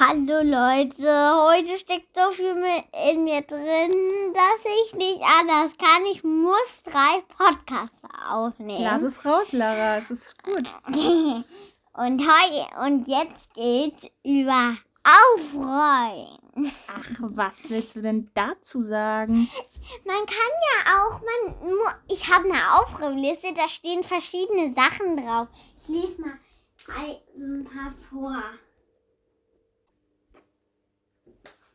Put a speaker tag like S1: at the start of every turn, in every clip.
S1: Hallo Leute, heute steckt so viel mi- in mir drin, dass ich nicht anders kann. Ich muss drei Podcasts aufnehmen.
S2: Lass es raus, Lara. Es ist gut.
S1: Und heute und jetzt geht's über Aufräumen.
S2: Ach, was willst du denn dazu sagen?
S1: Man kann ja auch, man, mu- ich habe eine Aufräumliste, da stehen verschiedene Sachen drauf. Ich lese mal ein paar vor.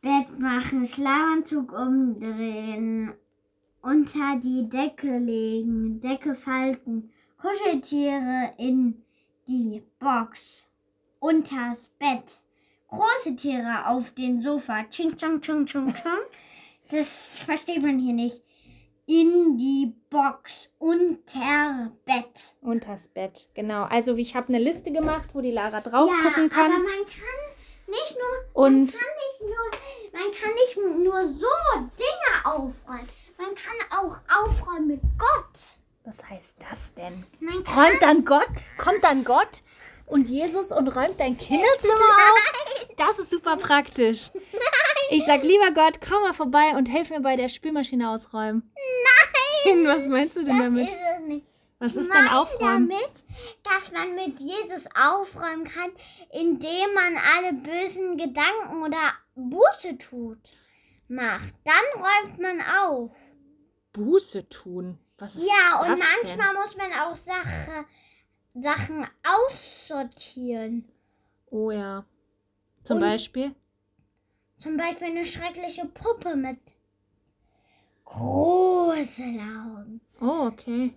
S1: Bett machen, Schlafanzug umdrehen, unter die Decke legen, Decke falten, Kuscheltiere in die Box, unters Bett, große Tiere auf den Sofa, tsching, tschung, tschung, tschung, tschung. Das versteht man hier nicht. In die Box, unter Bett.
S2: Unters Bett. Genau. Also, ich habe eine Liste gemacht, wo die Lara drauf gucken kann.
S1: aber man kann nicht nur,
S2: Und
S1: kann nicht nur, man kann nicht nur so Dinge aufräumen. Man kann auch aufräumen mit Gott.
S2: was heißt das denn?
S1: Man kann
S2: Räumt dann Gott? Kommt dann Gott und Jesus und räumt dein Kinderzimmer auf?
S1: Nein,
S2: Das ist super praktisch.
S1: nein,
S2: Ich sag, lieber Gott, komm mal vorbei und helf mir bei der Spülmaschine ausräumen.
S1: nein.
S2: Was meinst du denn
S1: Das
S2: damit?
S1: ist es nicht.
S2: Was ist denn
S1: meine
S2: Aufräumen?
S1: damit, dass man mit Jesus aufräumen kann, indem man alle bösen Gedanken oder Buße tut. Macht. Dann räumt man auf.
S2: Buße tun. Was ist
S1: Ja, und
S2: das denn?
S1: manchmal muss man auch Sache, Sachen aussortieren.
S2: Oh ja. Zum
S1: Und-
S2: Beispiel?
S1: Zum Beispiel eine schreckliche Puppe mit großen Augen.
S2: Oh, okay.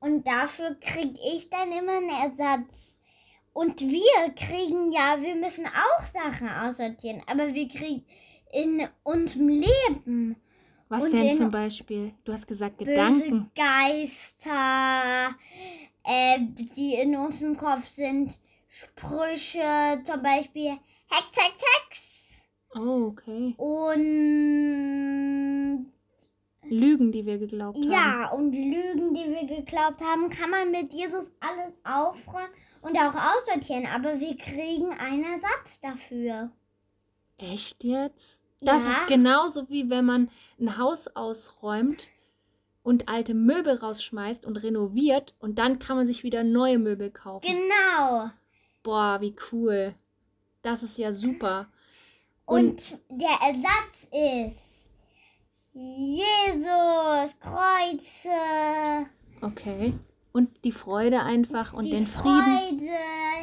S1: Und dafür krieg ich dann immer einen Ersatz. Und wir kriegen ja, wir müssen auch Sachen aussortieren, aber wir kriegen in unserem Leben
S2: Was
S1: Und
S2: denn
S1: den-
S2: zum Beispiel? Du hast gesagt
S1: böse
S2: Gedanken.
S1: Geister, äh, die in unserem Kopf sind, Sprüche, zum Beispiel Hex, Hex, Hex
S2: Oh, okay.
S1: und
S2: Lügen, die wir geglaubt haben.
S1: Ja, und Lügen, die wir geglaubt haben, kann man mit Jesus alles aufräumen und auch aussortieren. Aber wir kriegen einen Ersatz dafür.
S2: Echt jetzt? Das
S1: Ja.
S2: ist genauso wie wenn man ein Haus ausräumt und alte Möbel rausschmeißt und renoviert und dann kann man sich wieder neue Möbel kaufen.
S1: Genau.
S2: Boah, wie cool. Das ist ja super.
S1: Und, der Ersatz ist Jesus, Kreuze,
S2: Okay. Und die Freude einfach und
S1: die
S2: den Frieden.
S1: Freude,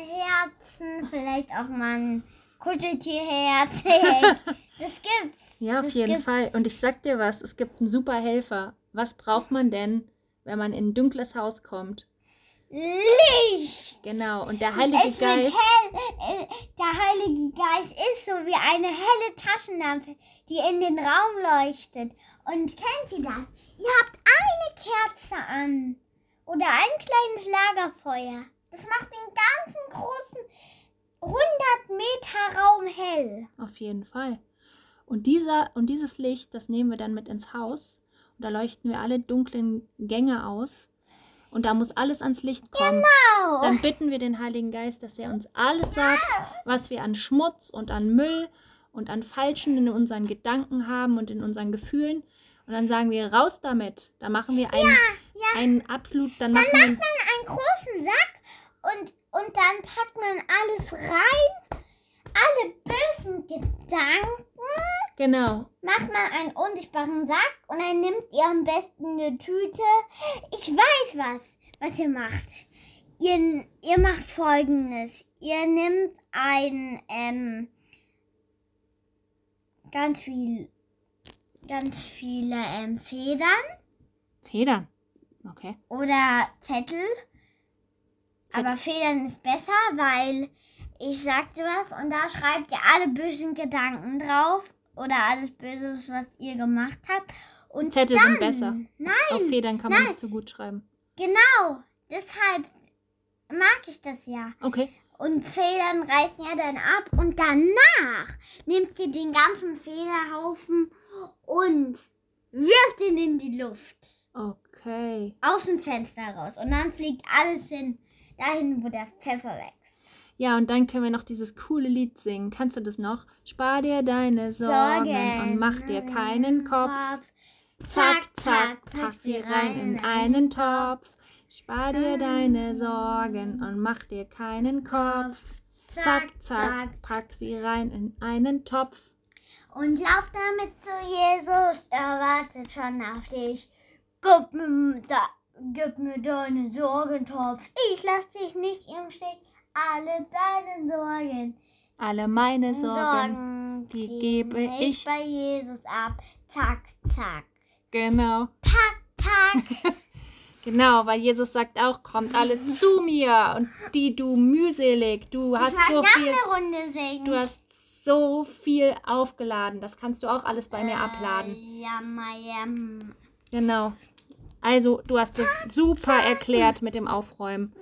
S1: Herzen, vielleicht auch mal ein Kuscheltierherz. Hey, das gibt's.
S2: Ja, auf
S1: das
S2: jeden
S1: gibt's.
S2: Fall. Und ich sag dir was, es gibt einen super Helfer. Was braucht man denn, wenn man in ein dunkles Haus kommt?
S1: Licht.
S2: Genau. Und der Heilige
S1: es wird
S2: Geist.
S1: hell. Äh, Der Heilige Geist ist so wie eine helle Taschenlampe, die in den Raum leuchtet. Und kennt ihr das? Ihr habt eine Kerze an oder ein kleines Lagerfeuer. Das macht den ganzen großen 100 Meter Raum hell.
S2: Auf jeden Fall. Und dieser und dieses Licht, das nehmen wir dann mit ins Haus. Und da leuchten wir alle dunklen Gänge aus. Und da muss alles ans Licht kommen.
S1: Oh.
S2: Dann bitten wir den Heiligen Geist, dass er uns alles sagt, was wir an Schmutz und an Müll und an Falschen in unseren Gedanken haben und in unseren Gefühlen. Und dann sagen wir, raus damit. Da machen wir einen, einen absolut, dann machen wir,
S1: einen großen Sack und, und dann packt man alles rein. Alle bösen Gedanken
S2: genau,
S1: macht man einen unsichtbaren Sack und dann nimmt ihr am besten eine Tüte. Ich weiß was, was ihr macht. Ihr, ihr macht folgendes. Ihr nehmt ein, ähm, ganz viel, ganz viele ähm, Federn
S2: Federn. Okay.
S1: oder Zettel.
S2: Zettel.
S1: Aber Federn ist besser, weil ich sagte was und da schreibt ihr alle bösen Gedanken drauf oder alles Böses, was ihr gemacht habt. Und
S2: Zettel
S1: dann,
S2: sind besser. Auf
S1: Nein,
S2: Federn kann man
S1: nein.
S2: nicht so gut schreiben.
S1: genau. Deshalb mag ich das ja.
S2: Okay.
S1: Und Federn reißen ja dann ab und danach nehmt ihr den ganzen Federhaufen und wirft ihn in die Luft.
S2: Okay.
S1: aus dem Fenster raus und dann fliegt alles hin, dahin, wo der Pfeffer wächst.
S2: Ja, und dann können wir noch dieses coole Lied singen. Kannst du das noch? Spar dir deine Sorgen, und mach dir keinen Kopf. Zack, zack, pack sie rein in einen Topf. Spar dir deine Sorgen und mach dir keinen Kopf. Zack, zack, pack sie rein in einen Topf.
S1: Und lauf damit zu Jesus, er wartet schon auf dich. Gib mir, da, gib mir deinen Sorgentopf, ich lass dich nicht im Stich. Alle deine Sorgen,
S2: Alle meine Sorgen.
S1: Sorgen
S2: die gebe ich-
S1: bei Jesus ab. Zack, zack,
S2: Genau.
S1: pack.
S2: Genau, weil Jesus sagt auch, kommt alle zu mir und die du mühselig, du hast
S1: ich
S2: so
S1: mag noch
S2: viel,
S1: eine Runde singen.
S2: du hast so viel aufgeladen. Das kannst du auch alles bei mir abladen.
S1: Jammer, jammer.
S2: Genau. Also, du hast es super erklärt mit dem Aufräumen.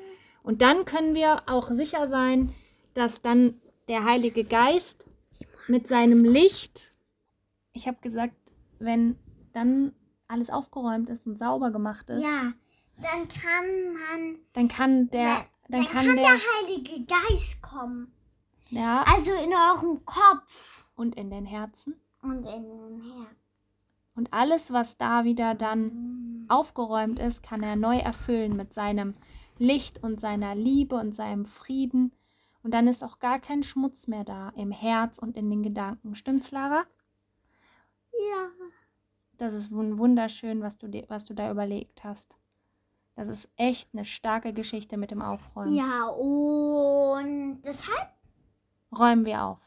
S2: Und dann können wir auch sicher sein, dass dann der Heilige Geist mit seinem Licht, ich habe gesagt, wenn dann alles aufgeräumt ist und sauber gemacht ist,
S1: Ja, dann kann man,
S2: dann kann der, dann, kann, der,
S1: Heilige Geist kommen.
S2: ja,
S1: Also in eurem Kopf
S2: und in den Herzen.
S1: und in den Herzen.
S2: Und alles, was da wieder dann aufgeräumt ist, kann er neu erfüllen mit seinem Licht und seiner Liebe und seinem Frieden. Und dann ist auch gar kein Schmutz mehr da im Herz und in den Gedanken. Stimmt's, Lara?
S1: Ja.
S2: Das ist wun- wunderschön, was du, dir, was du da überlegt hast. Das ist echt eine starke Geschichte mit dem Aufräumen.
S1: Ja, und deshalb
S2: Räumen wir auf.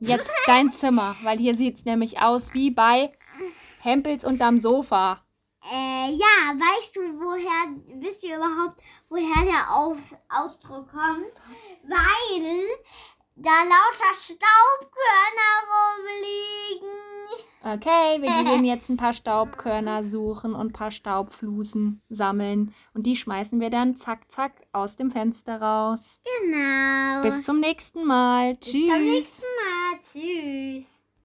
S2: Jetzt dein Zimmer, weil hier sieht's nämlich aus wie bei Hempels unterm Sofa.
S1: äh, ja, weißt du, woher, wisst ihr überhaupt, woher der Aus Ausdruck kommt? Weil da lauter Staubkörner rumliegen.
S2: Okay, wir gehen jetzt ein paar Staubkörner suchen und ein paar Staubflusen sammeln. Und die schmeißen wir dann zack, zack aus dem Fenster raus.
S1: Genau.
S2: Bis zum nächsten Mal.
S1: Bis zum
S2: Tschüss.
S1: nächsten Mal. Tschüss.